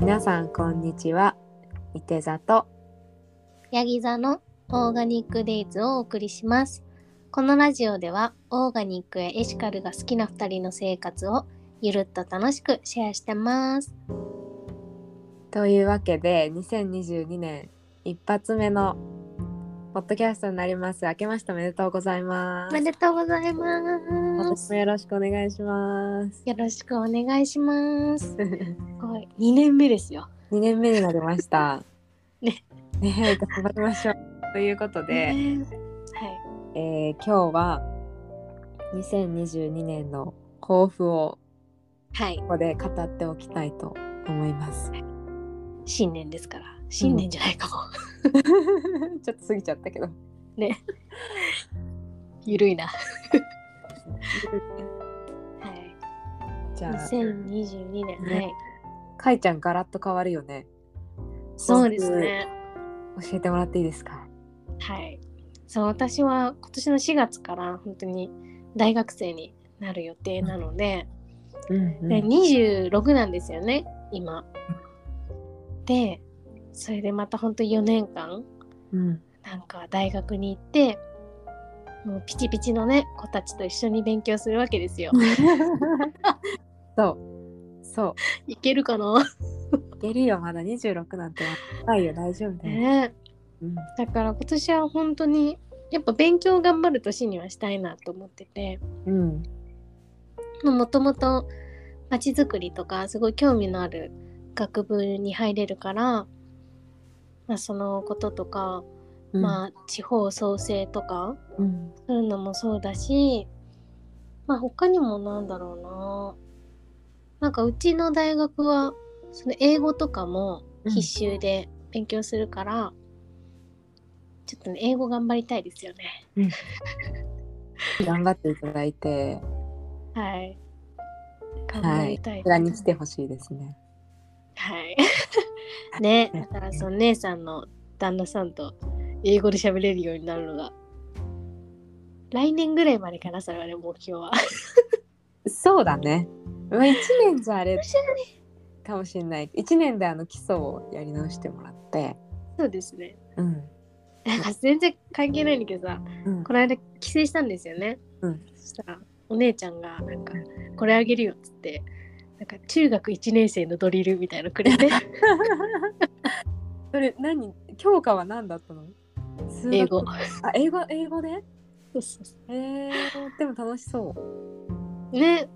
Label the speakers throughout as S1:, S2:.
S1: 皆さんこんにちは。伊手座と
S2: ヤギ座のオーガニックデイズをお送りします。このラジオではオーガニックやエシカルが好きな2人の生活をゆるっと楽しくシェアしてます。
S1: というわけで2022年一発目のポッドキャストになります。明けましておめでとうございま
S2: お
S1: す。
S2: めでとうござい
S1: 今
S2: ま
S1: 年
S2: す
S1: も。よろしくお願いします。
S2: よろしくお願いします。はい、2年目ですよ。
S1: 2年目になりました。
S2: ね。
S1: ね頑張りましょう。ということで、
S2: ね
S1: えー今日は2022年の抱負を
S2: はい、はい、
S1: ここで語っておきたいと思い ます。
S2: 新年ですから。新年じゃないかも。
S1: ちょっと過ぎちゃったけど。
S2: ゆるい な。はい。
S1: じゃあ、
S2: 2022
S1: ね
S2: 年。はい。
S1: かいちゃんガラッと変わるよね。
S2: そうですね。
S1: 教えてもらっていいですか。
S2: はい。そう私は今年の4月から本当に大学生になる予定なので、
S1: うん、う
S2: で26なんですよね今。でそれでまた本当4年間
S1: うん、
S2: なんか大学に行ってもうピチピチのね子たちと一緒に勉強するわけですよ。
S1: そう、そ
S2: いけるかな、
S1: う、いけるよ、まだ二十六なんて若いよ、大丈夫だよ。
S2: ね、
S1: うん、
S2: だから今年は本当にやっぱ勉強頑張る年にはしたいなと思ってて。
S1: うん、
S2: もともと街づくりとかすごい興味のある学部に入れるから、まあ、そのこととか、
S1: うん、あ、
S2: まあ、地方創生とか
S1: うん、
S2: そういうのもそうだし、まあ、他にもなんだろうななんかうちの大学はその英語とかも必修で勉強するから、ちょっとね英語頑張りたいですよね。
S1: 頑張っていただいて、
S2: はい。頑張
S1: はい、
S2: り
S1: こ
S2: たい。
S1: ちらに来てほしいですね。
S2: はい。 ね、だからその姉さんの旦那さんと英語で喋れるようになるのが来年ぐらいまでかな、それはね、目標は。
S1: そうだね。まあ、一年じゃあれ。かもしれない。一年であの基礎をやり直してもらって。
S2: そうですね。
S1: うん。
S2: なんか全然関係ないんだけどさ、
S1: うん
S2: この間帰省したんですよね。
S1: うん
S2: そしたらお姉ちゃんがなんかこれあげるよっつって。なんか中学1年生のドリルみたいなのくれ て
S1: それ、何、教科は何だったの。数学
S2: 英語。
S1: あ、英語、英語で。
S2: そうそうそ
S1: えー、でも楽しそう。
S2: うね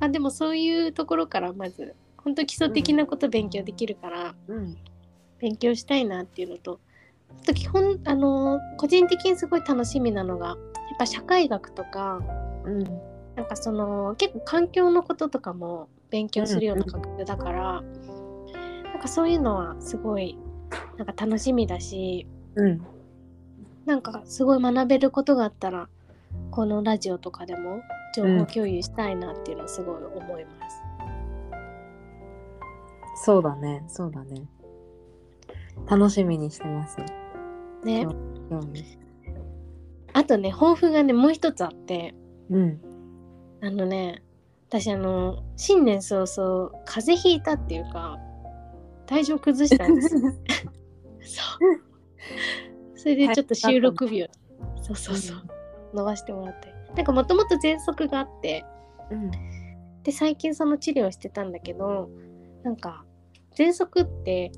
S2: あでもそういうところからまず本当基礎的なこと勉強できるから、
S1: うん。
S2: 勉強したいなっていうのとあと基本あの個人的にすごい楽しみなのがやっぱ社会学とか
S1: うん。
S2: なんかその結構環境のこととかも勉強するような学部だから、なんかそういうのはすごいなんか楽しみだし
S1: うん。
S2: なんかすごい学べることがあったらこのラジオとかでも情報共有したいなっていうのはすごい思います。
S1: そうだね。そうだね。楽しみにしてます。
S2: ね
S1: そう興味。
S2: あとね抱負がねもう一つあって。
S1: うん。
S2: あのね私あの新年早々風邪ひいたっていうか体調崩したん ですよそうそれでちょっと収録日をそうそうそう伸ばしてもらってなんかもともと喘息があって
S1: うん。
S2: で最近その治療してたんだけどなんか喘息って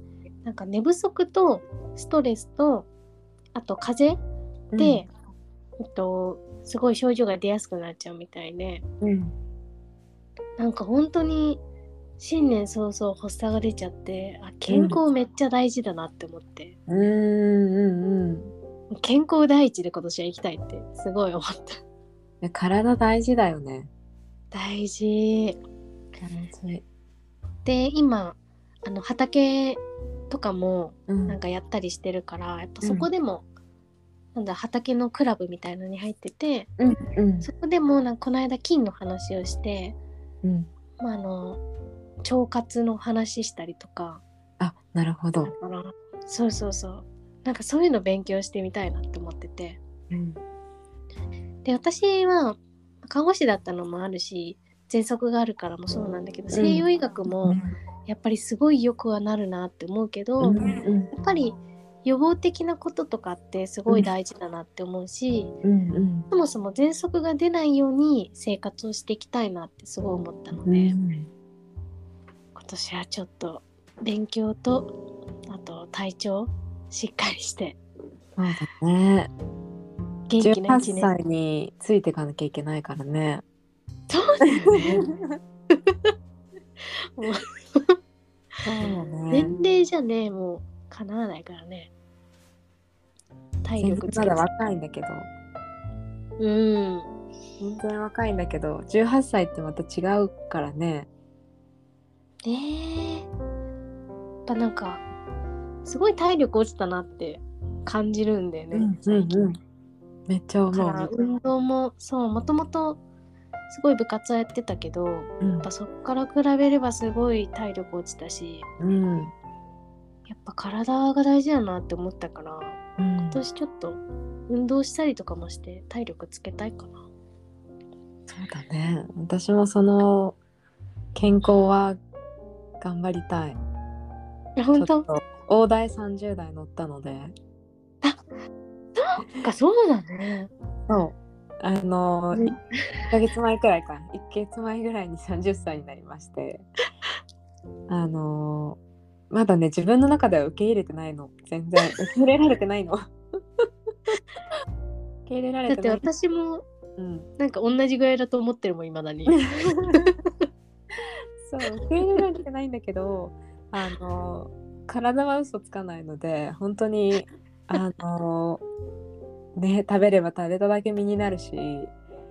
S2: なんか寝不足とストレスとあと風邪
S1: うん、
S2: で、えっと、すごい症状が出やすくなっちゃうみたいで、
S1: うん。
S2: なんか本当に新年早々発作が出ちゃってあ健康めっちゃ大事だなって思って、
S1: うん。うん。うん。
S2: 健康第一で今年は行きたいってすごい思った
S1: いや体大事だよね。
S2: 大事
S1: 大事。
S2: で今あの畑とかも
S1: うん。
S2: なんかやったりしてるから、やっぱそこでも、なんだ畑のクラブみたいのに入ってて
S1: うん。うん。
S2: そこでもなんかこの間金の話をして、
S1: うん。
S2: まあ、あの腸活の話したりとか、
S1: あ、なるほど。
S2: だからそうそうそうなんかそういうの勉強してみたいなって思ってて
S1: うん。
S2: で私は看護師だったのもあるし喘息があるからもそうなんだけど、
S1: ん
S2: 西洋医学もやっぱりすごいよくはなるなって思うけど、
S1: うん
S2: や
S1: うん
S2: っぱり予防的なこととかってすごい大事だなって思うし、
S1: うん
S2: そもそも喘息が出ないように生活をしていきたいなってすごい思ったの
S1: う
S2: で、
S1: ん
S2: 今年はちょっと勉強とあと体調しっかりして
S1: そうだね
S2: 元気な一
S1: 18
S2: 年
S1: 歳についていかなきゃいけないからね
S2: そうだよねもう
S1: そうだね
S2: 年齢じゃねもうかなわないからね体
S1: 全
S2: 力
S1: 然
S2: つ
S1: ま
S2: けて
S1: だ若いんだけど
S2: うん
S1: 全然若いんだけど18歳ってまた違うからね
S2: ねえやっぱなんかすごい体力落ちたなって感じるんだよね、最近
S1: んめっちゃ思
S2: から
S1: う、
S2: 運動もそうもともとすごい部活はやってたけどや
S1: うん
S2: っぱそこから比べればすごい体力落ちたし
S1: うん
S2: やっぱ体が大事だなって思ったから
S1: うん
S2: 今、年ちょっと運動したりとかもして体力つけたいかな
S1: そうだね私もその健康は頑張りたい
S2: いや本
S1: ちょ
S2: 当
S1: っと大台30代乗ったので
S2: かそうだね
S1: そうあの、
S2: うん
S1: 1ヶ月前くらいか1ヶ月前ぐらいに30歳になりましてあのまだね自分の中では受け入れてないの全 然受け入れられてないの受け入れら
S2: だ
S1: れ
S2: ってて
S1: ない
S2: 私も
S1: うん、
S2: なんか同じぐらいだと思ってるもんいまだに
S1: そう受け入れられてないんだけどあの体は嘘つかないので本当にあのね食べれば食べただけ身になるし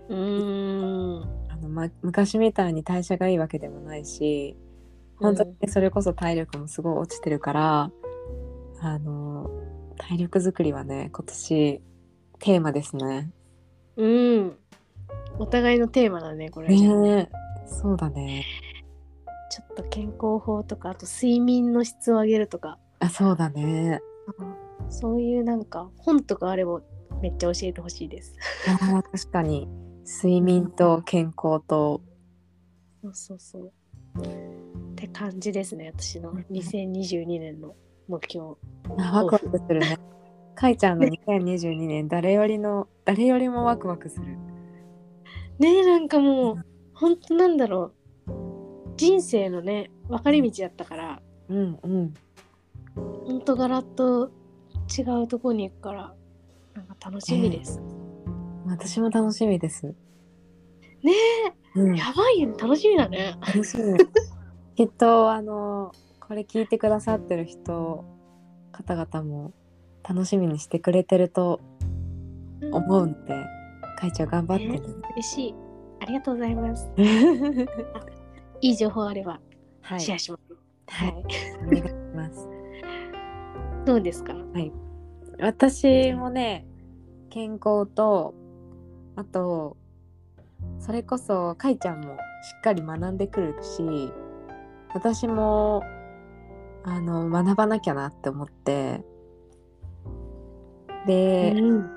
S2: うーん
S1: あの、ま、昔みたいに代謝がいいわけでもないし本当にそれこそ体力もすごい落ちてるから、あの体力作りはね今年テーマですね。
S2: うん。お互いのテーマだね、これ。ちょ
S1: ねそうだね。
S2: っと健康法とか、あと睡眠の質を上げるとか、
S1: あそうだね。
S2: そういうなんか本とかあればめっちゃ教えてほしいです。
S1: あー確かに睡眠と健康と
S2: そうそうそう。って感じですね、私の2022年の目標。
S1: あワクワクするね。かいちゃんの2022年誰よりの誰よりもワクワクする。
S2: ねえ、なんかもう、ほんとなんだろう。人生のね、分かれ道だったから、
S1: うんうん。
S2: ほんとガラッと違うとこに行くから、なんか楽しみです。
S1: 私も楽しみです。ね
S2: え
S1: うん、
S2: やばいよね、楽しみだね。
S1: 楽しみ。 きっとあのこれ聞いてくださってる人方々も楽しみにしてくれてると思うので、かいちゃん頑張って
S2: 嬉しい。ありがとうございます。
S1: ね。
S2: いい情報あれば
S1: はい
S2: シェアします。
S1: はい
S2: はい
S1: お願いします。
S2: どうですか？
S1: 私もね健康とあとそれこそかいちゃんもしっかり学んでくるし私もあの学ばなきゃなって思ってで、
S2: うん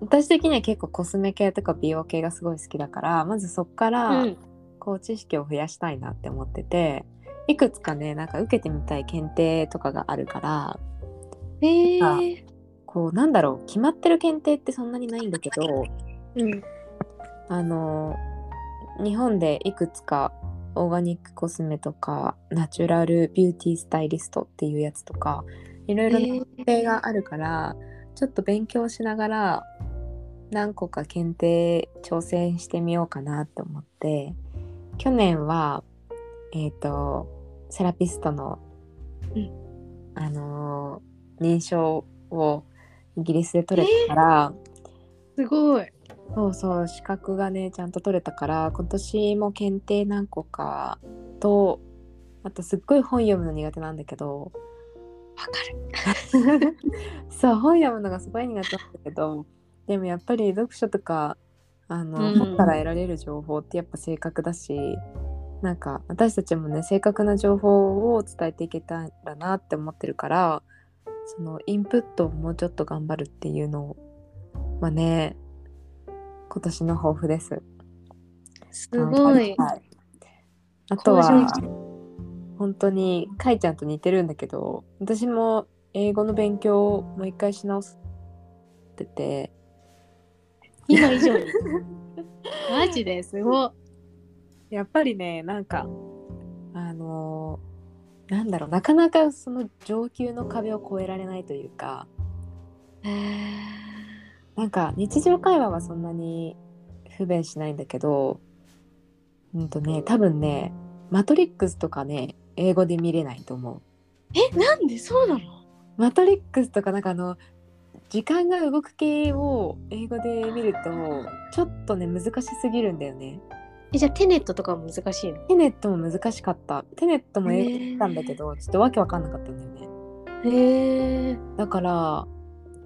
S1: 私的には結構コスメ系とか美容系がすごい好きだからまずそっから、
S2: うん
S1: こう知識を増やしたいなって思ってていくつかねなんか受けてみたい検定とかがあるから
S2: え
S1: さ
S2: ー
S1: こうなんだろう決まってる検定ってそんなにないんだけど
S2: うん
S1: あの日本でいくつかオーガニックコスメとかナチュラルビューティースタイリストっていうやつとかいろいろな検定があるから、ちょっと勉強しながら何個か検定挑戦してみようかなって思って去年はえっ、とセラピストの、
S2: うん
S1: あのー認証をイギリスで取れたから。
S2: すごい。
S1: そうそう資格がねちゃんと取れたから今年も検定何個かとあとすっごい本読むの苦手なんだけど
S2: わかる。
S1: そう本読むのがすごい苦手なんだけどでもやっぱり読書とかあの、
S2: うん
S1: 本から得られる情報ってやっぱ正確だしなんか私たちもね正確な情報を伝えていけたらなって思ってるからそのインプットをもうちょっと頑張るっていうのはね今年の抱負です。
S2: すごい。
S1: はいあとは
S2: 向上心
S1: 本当にかいちゃんと似てるんだけど私も英語の勉強をもう一回し直すってて
S2: 今 以上にマジですごい
S1: やっぱりねなんかあのーなんだろうなかなかその上級の壁を越えられないというか
S2: へー
S1: なんか日常会話はそんなに不便しないんだけどうんとね多分ね「マトリックス」とかね英語で見れないと思う。
S2: えなんでそうなの
S1: マトリックスとかなんかあの時間が動く系を英語で見るとちょっとね難しすぎるんだよね。
S2: えじゃあテネットとかも難しいの
S1: テネットも難しかった。テネットも英語で見たんだけど、ちょっとわけわかんなかったんだよね。
S2: へえ
S1: だから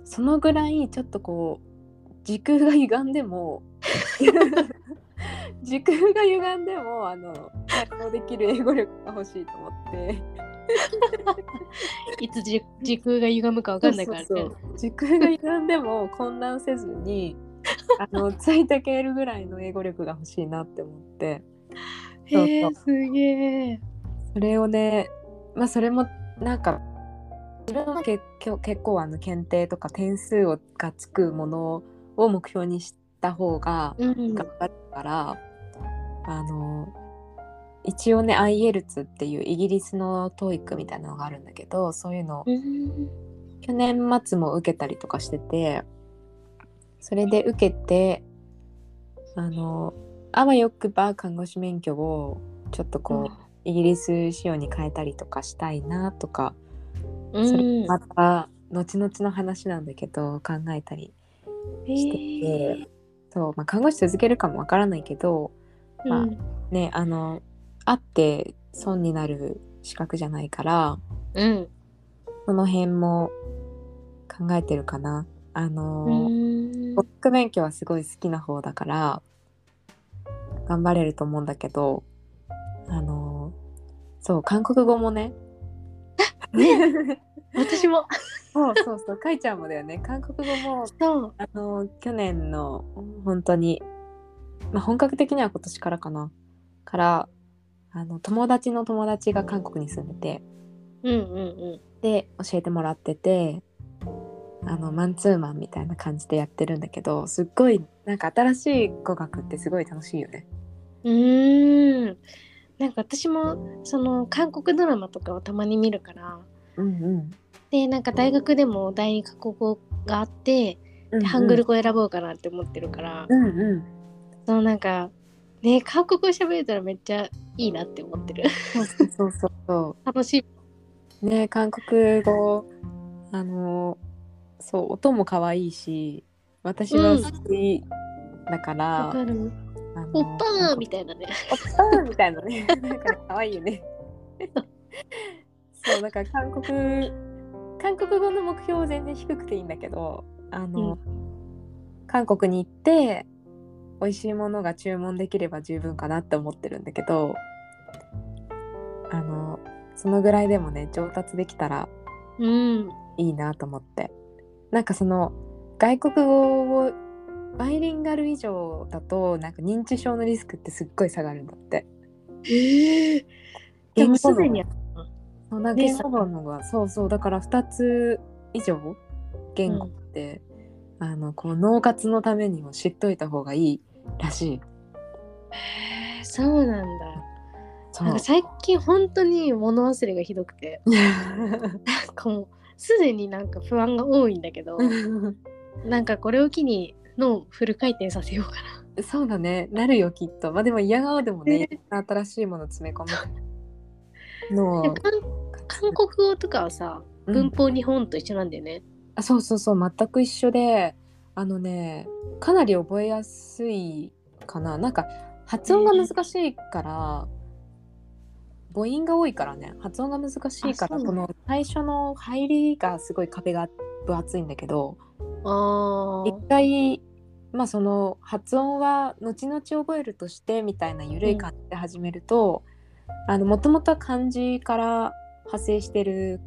S1: そのぐらいちょっとこう時空が歪んで も時空が歪んでもあの対応できる英語力が欲しいと思って
S2: いつ時時空が歪むかわかんないからね
S1: そうそうそう時空が歪んでも混乱せずにあ のついていけるぐらいの英語力が欲しいなって思ってそう
S2: へえすげえ
S1: それをねまあそれもなんか自分は結局結構あの検定とか点数をがつくものを目標にした方が
S2: うん
S1: 頑張るから、あの一応ね IELTS っていうイギリスの TOEIC みたいなのがあるんだけどそういうのを
S2: うん
S1: 去年末も受けたりとかしててそれで受けてあのあわよくば看護師免許をちょっとこう、イギリス仕様に変えたりとかしたいなとか、
S2: うん
S1: それまた後々の話なんだけど考えたりしてて、
S2: へえ
S1: そうまあ、看護師続けるかもわからないけどまあ
S2: うん
S1: ねあのあって損になる資格じゃないから
S2: うん
S1: その辺も考えてるかな。あの
S2: うん
S1: ボック免許はすごい好きな方だから頑張れると思うんだけどあのそう韓国語も ね
S2: 私 も
S1: そうそうそうかいちゃんもだよね韓国語も
S2: そう
S1: あの去年の本当に、まあ、本格的には今年からかなからあの友達の友達が韓国に住んでて
S2: うんうん
S1: で教えてもらっててあのマンツーマンみたいな感じでやってるんだけどすっごいなんか新しい語学ってすごい楽しいよね。
S2: うんうーんなんか私もその韓国ドラマとかをたまに見るから
S1: うん
S2: でなんか大学でも第二カ国語があって
S1: うん、
S2: でハングル語選ぼうかなって思ってるから、
S1: うんうん
S2: そのなんかね韓国語喋れたらめっちゃいいなって思っ てる
S1: そうそうそうそうそ
S2: 楽しいう
S1: ね韓国語あのそう音も可愛いし私は好きだか
S2: わ
S1: ら、
S2: かる
S1: あの
S2: おっぱーみたいなね
S1: おっぱーみたいなね なんか可愛いよね そうだから韓国韓国語の目標は全然低くていいんだけどあの、韓国に行って美味しいものが注文できれば十分かなって思ってるんだけどあのそのぐらいでもね上達できたら
S2: うん
S1: いいなと思ってなんかその外国語をバイリンガル以上だとなんか認知症のリスクってすっごい下がるんだって
S2: へえでもすでに
S1: そうなんか
S2: ね
S1: 言語のがそうそうだから2つ以上言語って、あのこう脳活のためにも知っといた方がいいらしい
S2: へーそうなんだ
S1: そ
S2: なん
S1: う
S2: か最近本当に物忘れがひどくてなんかもうすでになんか不安が多いんだけどなんかこれを機に脳をフル回転させようか な
S1: そうだねなるよきっとまあでも嫌顔でもね
S2: ね
S1: いろんな新しいもの詰め込むの
S2: で韓韓国語とかはさ文法日本と一緒なんだよね、
S1: あそうそうそう全く一緒であのねかなり覚えやすいかななんか発音が難しいから、母音が多いからね発音が難しいか
S2: あ
S1: ら
S2: そう
S1: こ
S2: なの
S1: の最初の入りがすごい壁が分厚いんだけど
S2: あ
S1: 一回まあその発音は後々覚えるとしてみたいな緩い感じで始めるともともとは漢字から派生してる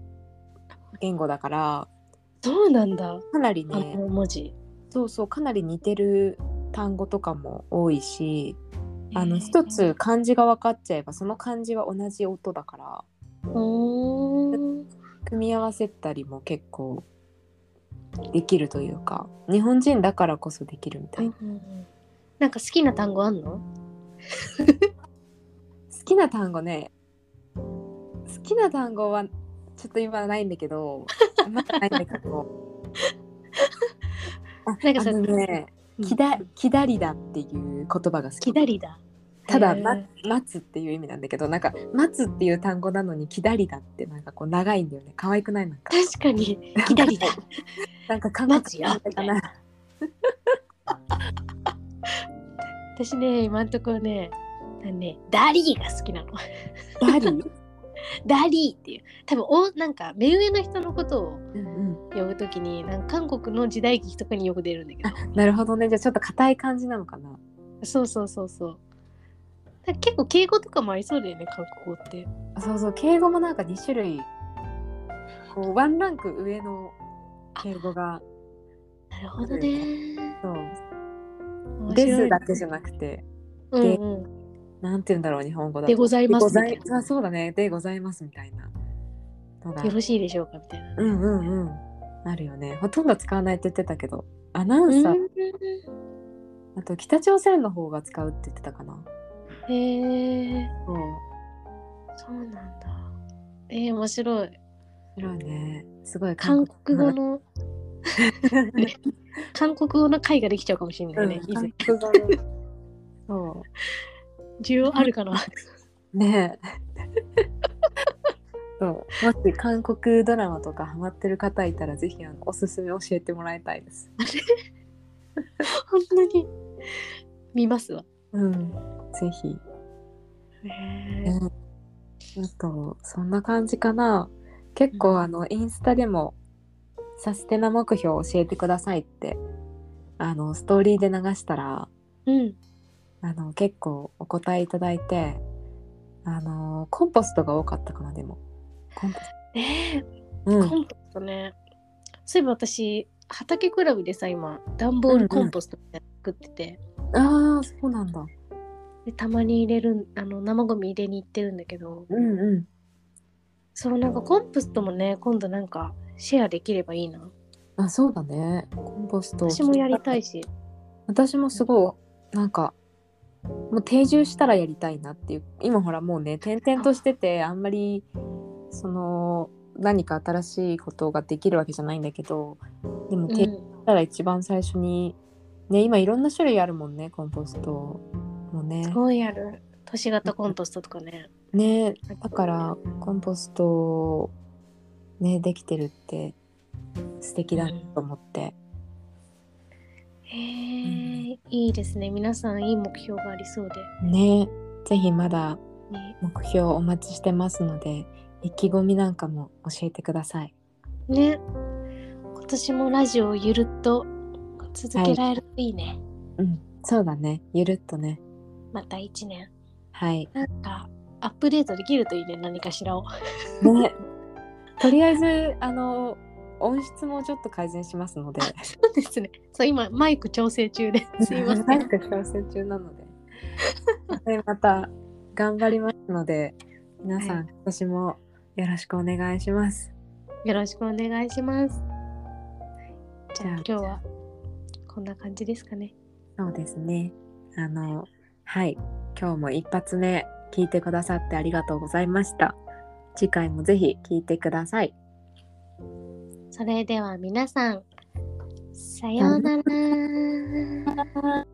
S1: 言語だから
S2: あそうなんだ
S1: かなり
S2: あ
S1: ね
S2: の文字
S1: そうそうかなり似てる単語とかも多いしあの
S2: へー
S1: 一つ漢字が分かっちゃえばその漢字は同じ音だから
S2: おー
S1: 組み合わせたりも結構できるというか日本人だからこそできるみたいな、
S2: なんか好きな単語あんの
S1: 好きな単語ね好きな単語はちょっと今はないんだけ どまだないんだけどあ
S2: なんか
S1: あ
S2: さ
S1: のねきだきだりだっていう言葉が好き
S2: きだりだ。
S1: ただ、
S2: へー
S1: ま、待つっていう意味なんだけどなんか待つっていう単語なのにきだりだってなんかこう長いんだよね可愛くないなんか
S2: 確 かに、きだりだ。
S1: なんか感
S2: マ
S1: 覚
S2: ジやみたいな。私ね、今んとこね、あのね、ダリーが好きなの。
S1: ダリ、
S2: ダリーっていう。多分お、なんか目上の人のことを
S1: うんう
S2: 呼ぶときに、なんか韓国の時代劇とかによく出るんだけど。
S1: ん、なるほどねじゃあちょっと硬い感じなのかな
S2: そうそうそうそう。なんか結構敬語とかもありそうだよね、韓国語って。
S1: そうそう敬語もなんか2種類こうワンランク上の敬語が
S2: なるほどね。
S1: そう
S2: 面白い
S1: ですだけじゃなくて
S2: うんうん
S1: なんて言うんだろう日本語だと
S2: でございますみたい
S1: でございあ
S2: な。
S1: そうだねでございますみたいなのが
S2: よろしいでしょうかみたいな。
S1: うんうんうんあるよねほとんど使わないって言ってたけどアナウンサー、あと北朝鮮の方が使うって言ってたかな
S2: うんへえ。
S1: そう
S2: そうなんだ。えー、面白い。
S1: 面白いねすごい
S2: 韓国語
S1: の
S2: の、ね韓国語の会ができちゃうかもしれな
S1: う
S2: い
S1: ん
S2: ね。いずれ
S1: 韓国語のそう
S2: 需要あるかな。
S1: ねえ そうもし韓国ドラマとかハマってる方いたらぜひあのおすすめ教えてもらいたいです。
S2: 本当に。見ますわ。
S1: うん、ぜひ。
S2: へ
S1: あとそんな感じかな。結
S2: うん
S1: 構あのインスタでもサステナ目標を教えてくださいってあのストーリーで流したら
S2: うん。
S1: あの結構お答えいただいてあのコンポストが多かったかなでも。コンポス
S2: ね
S1: ト。
S2: え、
S1: う
S2: コ
S1: ん、
S2: ンポストね。そういえば私、畑クラブでさ、今、段ボールコンポストみたいなの作ってて、
S1: ああそうなんだ。
S2: でたまに入れるん、あの、生ゴミ入れに行ってるんだけど、
S1: うんうん。
S2: そう、なんかコンポストもね、今度なんか、シェアできればいいな。
S1: あそうだねコンポスト
S2: 私もやりたいし。
S1: 私もすごいなんかもう定住したらやりたいなっていう今ほらもうね転々としててあんまりその何か新しいことができるわけじゃないんだけどでも
S2: う
S1: 定住し
S2: ん。
S1: たら一番最初に、ね今いろんな種類あるもんねコンポストもね
S2: すごいやる。都市型コンポストとかね。
S1: ねだからコンポストねできてるって素敵だなと思って、
S2: へえ、いいですね。皆さんいい目標がありそうで。
S1: ねぜひまだ
S2: ね
S1: 目標お待ちしてますので意気込みなんかも教えてください
S2: ね。今年もラジオをゆるっと続けられるといいね。
S1: うんそうだねゆるっとね
S2: また一年。
S1: はい
S2: なんか、アップデートできるといいね。何かしらを。
S1: ねとりあえずあの音質もちょっと改善しますので
S2: そうですね。そう、今、マイク調整中です。すいませ。
S1: なんんか調整中なのでねまた頑張りますので皆さん、
S2: は
S1: 今年もよろしくお願いします
S2: よろしくお願いします。じゃあ、
S1: じ
S2: 今日
S1: ゃあ
S2: は、こんな感じですかね。
S1: そうですねあのはい今日も一発目聞いてくださってありがとうございました次回もぜひ聞いてください
S2: それでは皆さん、さようなら。
S1: Bye.